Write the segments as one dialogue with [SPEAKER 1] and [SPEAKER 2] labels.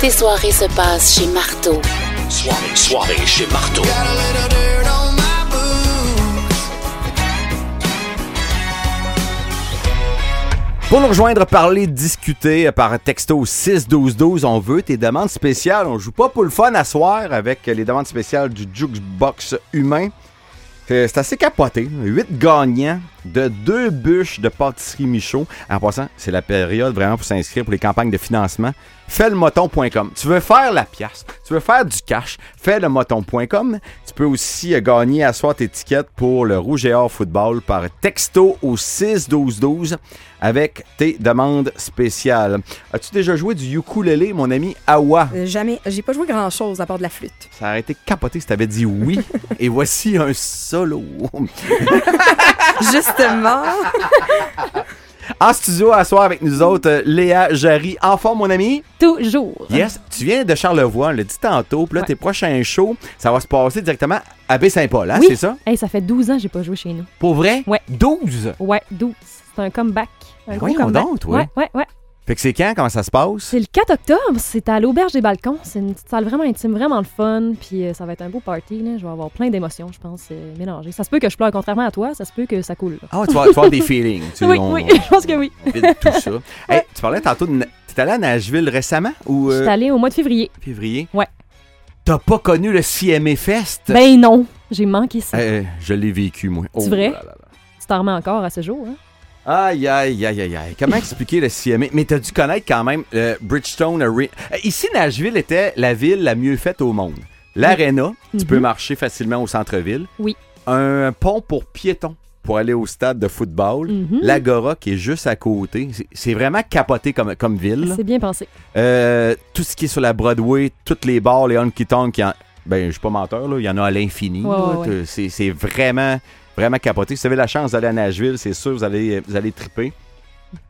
[SPEAKER 1] Tes soirées se passent chez Marteau.
[SPEAKER 2] Soirée, soirée chez Marteau.
[SPEAKER 3] Pour nous rejoindre, parler, discuter euh, par texto 6-12-12, on veut tes demandes spéciales. On joue pas pour le fun à soir avec euh, les demandes spéciales du jukebox humain. Euh, C'est assez capoté. 8 gagnants de deux bûches de pâtisserie Michaud. En passant, c'est la période vraiment pour s'inscrire pour les campagnes de financement. Fais-le-moton.com. Tu veux faire la pièce, tu veux faire du cash, fais-le-moton.com. Tu peux aussi euh, gagner à soir tes tickets pour le Rouge et Or Football par texto au 6-12-12 avec tes demandes spéciales. As-tu déjà joué du ukulélé, mon ami Awa?
[SPEAKER 4] Euh, Jamais. J'ai pas joué grand chose à part de la flûte.
[SPEAKER 3] Ça aurait été capoté si t'avais dit oui. Et voici un solo.
[SPEAKER 4] Justement.
[SPEAKER 3] En studio à soir avec nous autres, euh, Léa Jarry. En forme, mon ami?
[SPEAKER 5] Toujours.
[SPEAKER 3] Yes. Tu viens de Charlevoix, on l'a dit tantôt. Puis là,
[SPEAKER 5] Ouais.
[SPEAKER 3] tes prochains shows, ça va se passer directement à Baie-Saint-Paul, hein,
[SPEAKER 5] Ah, Oui.
[SPEAKER 3] c'est ça?
[SPEAKER 5] Hey, ça fait 12 ans que j'ai pas joué chez nous.
[SPEAKER 3] Pour vrai?
[SPEAKER 5] Ouais.
[SPEAKER 3] 12.
[SPEAKER 5] Ouais, 12. C'est un comeback. Un
[SPEAKER 3] Ben
[SPEAKER 5] gros
[SPEAKER 3] voyons
[SPEAKER 5] comeback.
[SPEAKER 3] donc, toi.
[SPEAKER 5] Ouais, ouais, ouais.
[SPEAKER 3] Fait que c'est quand? Comment ça se passe?
[SPEAKER 5] C'est le 4 octobre, c'est à l'Auberge des Balcons. C'est une petite salle vraiment intime, vraiment le fun. Puis euh, ça va être un beau party. Là. Je vais avoir plein d'émotions, je pense, euh, mélangées. Ça se peut que je pleure, contrairement à toi, ça se peut que ça coule. là.
[SPEAKER 3] Ah, tu vas, tu vas avoir des feelings. Tu-
[SPEAKER 5] oui,
[SPEAKER 3] on-
[SPEAKER 5] oui, je pense que oui.
[SPEAKER 3] on vide tout ça. Hey, tu parlais tantôt de. Na- T'es allé à Nashville récemment ou
[SPEAKER 5] Je
[SPEAKER 3] euh,
[SPEAKER 5] suis allée au mois de février.
[SPEAKER 3] février?
[SPEAKER 5] Ouais.
[SPEAKER 3] T'as pas connu le CMA Fest?
[SPEAKER 5] Ben non, j'ai manqué ça.
[SPEAKER 3] Euh, je l'ai vécu, moi. Oh
[SPEAKER 5] Ben, vrai?
[SPEAKER 3] là là là.
[SPEAKER 5] Tu t'en remets encore à ce jour. Hein?
[SPEAKER 3] Aïe, aïe, aïe, aïe, aïe. Comment expliquer le CMA? Mais t'as dû connaître quand même le Bridgestone Arena. Euh, Ici, Nashville était la ville la mieux faite au monde. L'arena, tu
[SPEAKER 5] Mhm.
[SPEAKER 3] peux marcher facilement au centre-ville.
[SPEAKER 5] Oui.
[SPEAKER 3] Un pont pour piétons pour aller au stade de football.
[SPEAKER 5] Mhm.
[SPEAKER 3] L'Agora qui est juste à côté. C'est- C'est vraiment capoté comme, comme ville. là.
[SPEAKER 5] C'est bien pensé.
[SPEAKER 3] Euh, tout ce qui est sur la Broadway, toutes les bars, les honky tonk, il y en- ben je suis pas menteur, là, il y en a à l'infini.
[SPEAKER 5] Ouais,
[SPEAKER 3] là.
[SPEAKER 5] ouais, ouais.
[SPEAKER 3] T'as- C'est c'est vraiment, vraiment capoté. Si vous avez la chance d'aller à Nashville, c'est sûr, vous allez, vous allez triper.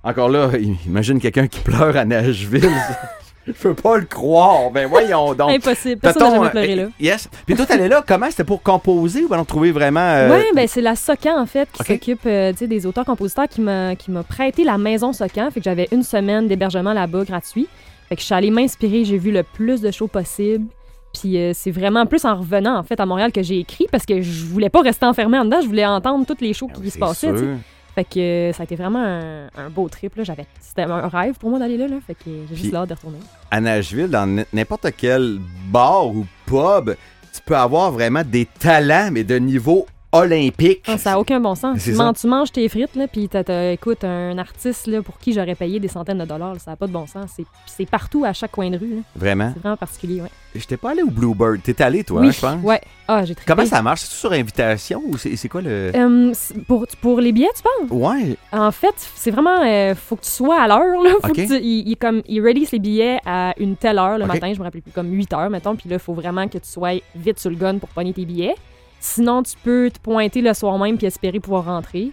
[SPEAKER 3] Encore là, imagine quelqu'un qui pleure à Nashville. je peux pas le croire. Ben voyons donc.
[SPEAKER 5] Impossible. Personne n'a
[SPEAKER 3] Peut-on,
[SPEAKER 5] jamais pleuré
[SPEAKER 3] euh,
[SPEAKER 5] là.
[SPEAKER 3] Yes. Puis toi, t'allais là, comment? C'était pour composer ou allons trouver vraiment... euh,
[SPEAKER 5] Oui, ben c'est la Socan, en fait, qui
[SPEAKER 3] OK.
[SPEAKER 5] s'occupe euh, tu sais, des auteurs-compositeurs qui m'a, qui m'a prêté la maison Socan. Fait que j'avais une semaine d'hébergement là-bas gratuit. Fait que je suis allée m'inspirer, j'ai vu le plus de shows possible. Puis euh, c'est vraiment plus en revenant, en fait, à Montréal que j'ai écrit parce que je voulais pas rester enfermée en dedans. Je voulais entendre toutes les shows
[SPEAKER 3] ben
[SPEAKER 5] qui
[SPEAKER 3] oui,
[SPEAKER 5] se
[SPEAKER 3] c'est
[SPEAKER 5] passaient. tu sais.
[SPEAKER 3] sûr.
[SPEAKER 5] Fait que euh, ça a été vraiment un, un beau trip. Là. J'avais, c'était un rêve pour moi d'aller là. là. Fait que j'ai
[SPEAKER 3] Puis-
[SPEAKER 5] juste hâte de retourner.
[SPEAKER 3] à Nashville, dans n- n'importe quel bar ou pub, tu peux avoir vraiment des talents, mais de niveau olympique.
[SPEAKER 5] Ah, ça n'a aucun bon sens.
[SPEAKER 3] C'est
[SPEAKER 5] Tu,
[SPEAKER 3] ça.
[SPEAKER 5] man- tu manges tes frites, là, puis t'as- t'as- écoute, un artiste là, pour qui j'aurais payé des centaines de dollars, là, ça n'a pas de bon sens. C'est- C'est partout, à chaque coin de rue. là.
[SPEAKER 3] Vraiment.
[SPEAKER 5] C'est vraiment particulier. Ouais.
[SPEAKER 3] J'étais pas allé au Bluebird. T'es allé, toi,
[SPEAKER 5] oui,
[SPEAKER 3] hein, je pense.
[SPEAKER 5] Ouais. Ah, j'ai trippé.
[SPEAKER 3] Comment ça marche? C'est sur invitation ou c'est c'est quoi le.
[SPEAKER 5] Euh, c'est- pour, pour les billets, tu penses?
[SPEAKER 3] Ouais.
[SPEAKER 5] En fait, c'est vraiment. euh, faut que tu sois à l'heure. là. Faut
[SPEAKER 3] Ok.
[SPEAKER 5] que tu- ils, ils comme, ils release les billets à une telle heure le
[SPEAKER 3] Ok.
[SPEAKER 5] matin, je me rappelle plus, comme 8 heures, mettons. Puis là, il faut vraiment que tu sois vite sur le gun pour pogner tes billets. Sinon, tu peux te pointer le soir même puis espérer pouvoir rentrer.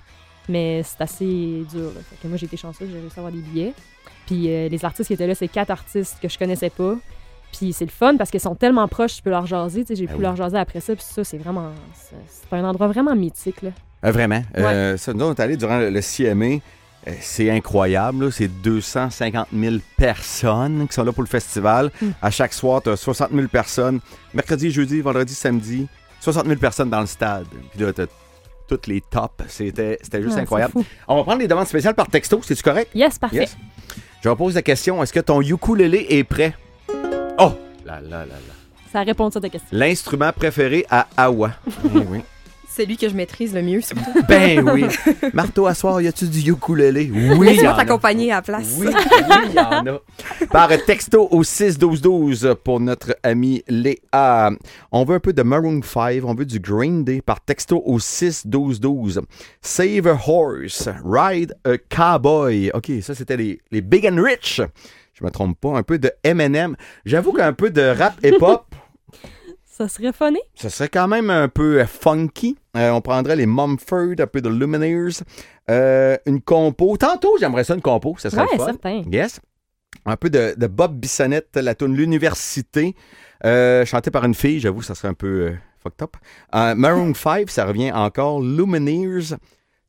[SPEAKER 5] Mais c'est assez dur. là. Fait que moi, j'ai été chanceuse, j'ai réussi à avoir des billets. Puis euh, les artistes qui étaient là, c'est quatre artistes que je connaissais pas. Puis c'est le fun parce qu'ils sont tellement proches, tu peux leur jaser. tu sais, J'ai
[SPEAKER 3] Ben
[SPEAKER 5] pu
[SPEAKER 3] oui.
[SPEAKER 5] leur jaser après ça. Puis ça, c'est vraiment. c'est- C'est un endroit vraiment mythique. Là.
[SPEAKER 3] Euh, vraiment. Euh, ça, nous, on est allé durant le, le CMA. Euh, C'est incroyable, là. c'est 250 000 personnes qui sont là pour le festival.
[SPEAKER 5] Mm.
[SPEAKER 3] À chaque soir, tu as 60 000 personnes. Mercredi, jeudi, vendredi, samedi, 60 000 personnes dans le stade. Puis là, tu toutes les tops. C'était c'était juste
[SPEAKER 5] Ah, c'est
[SPEAKER 3] incroyable.
[SPEAKER 5] fou.
[SPEAKER 3] On va prendre les demandes spéciales par texto, c'est-tu correct?
[SPEAKER 5] Yes, parfait.
[SPEAKER 3] Yes. Je vous pose la question, est-ce que ton ukulélé est prêt? Oh! Là, là, là, là.
[SPEAKER 5] Ça répond à ta question.
[SPEAKER 3] L'instrument préféré à Awa. Eh oui.
[SPEAKER 4] C'est lui que je maîtrise le mieux, surtout.
[SPEAKER 3] Ben oui. Marteau à soir, y a-tu du ukulélé? Oui, y
[SPEAKER 4] Laisse-moi
[SPEAKER 3] en a.
[SPEAKER 4] t'accompagner à la place.
[SPEAKER 3] Oui, oui, y en a. Par texto au 6-12-12 pour notre ami Léa. On veut un peu de Maroon 5, on veut du Green Day par texto au 6-12-12. Save a horse, ride a cowboy. OK, ça c'était les, les Big and Rich. Je me trompe pas, un peu de M&M. J'avoue qu'un peu de rap hip-hop,
[SPEAKER 5] Ça serait funny.
[SPEAKER 3] ce serait quand même un peu euh, funky. Euh, on prendrait les Mumford, un peu de Lumineers, euh, une compo. Tantôt, j'aimerais ça une compo, ça serait
[SPEAKER 5] Ouais,
[SPEAKER 3] le fun.
[SPEAKER 5] certain.
[SPEAKER 3] Yes. Un peu de, de Bob Bissonnette, la tune L'Université, euh, chantée par une fille, j'avoue, ça serait un peu euh, fucked up. Euh, Maroon 5, ça revient encore. Lumineers,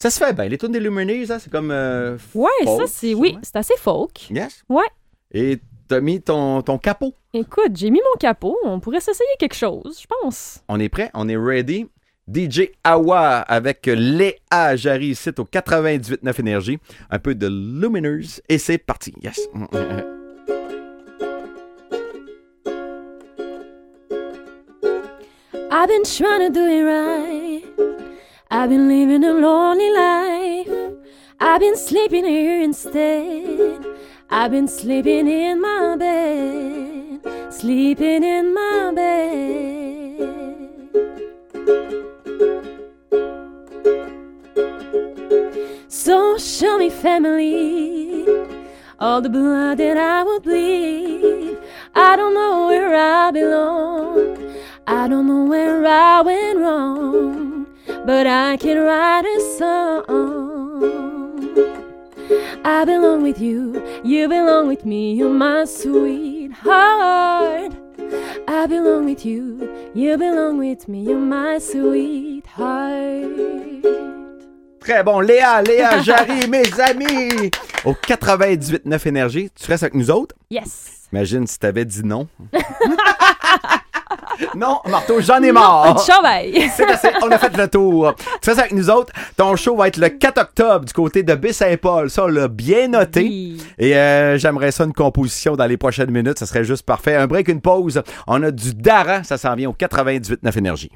[SPEAKER 3] ça se fait bien. Les tunes des Lumineers, hein, c'est comme... euh,
[SPEAKER 5] Ouais,
[SPEAKER 3] folk,
[SPEAKER 5] ça c'est oui,
[SPEAKER 3] sûrement.
[SPEAKER 5] c'est assez folk.
[SPEAKER 3] Yes?
[SPEAKER 5] Ouais.
[SPEAKER 3] Et T'as mis ton, ton capot.
[SPEAKER 5] Écoute, j'ai mis mon capot. On pourrait s'essayer quelque chose, je pense.
[SPEAKER 3] On est prêt, on est ready. DJ Awa avec Léa Jarry ici au 98.9 Énergie. Un peu de Luminous et c'est parti. Yes.
[SPEAKER 5] I've been trying to do it right. I've been living a lonely life. I've been sleeping here instead. I've been sleeping in my bed. Sleeping in my bed. So show me family. All the blood that I will bleed. I don't know where I belong. I don't know where I went wrong, but I can write a song. I belong with you, you belong with me, you're my sweetheart. I belong with you, you belong with me, you're my sweetheart.
[SPEAKER 3] Très bon. Léa, Léa Jarry, mes amis. Au 98.9 Énergie. Tu restes avec nous autres?
[SPEAKER 5] Yes!
[SPEAKER 3] Imagine si t'avais dit non. non, Marteau, j'en ai marre. C'est assez. On a fait le tour. Tu restes avec nous autres. Ton show va être le 4 octobre du côté de Baie-Saint-Paul. Ça, on l'a bien noté. Et euh, j'aimerais ça une composition dans les prochaines minutes. Ça serait juste parfait. Un break, une pause. On a du Dara. Ça s'en vient au 98.9 Énergie.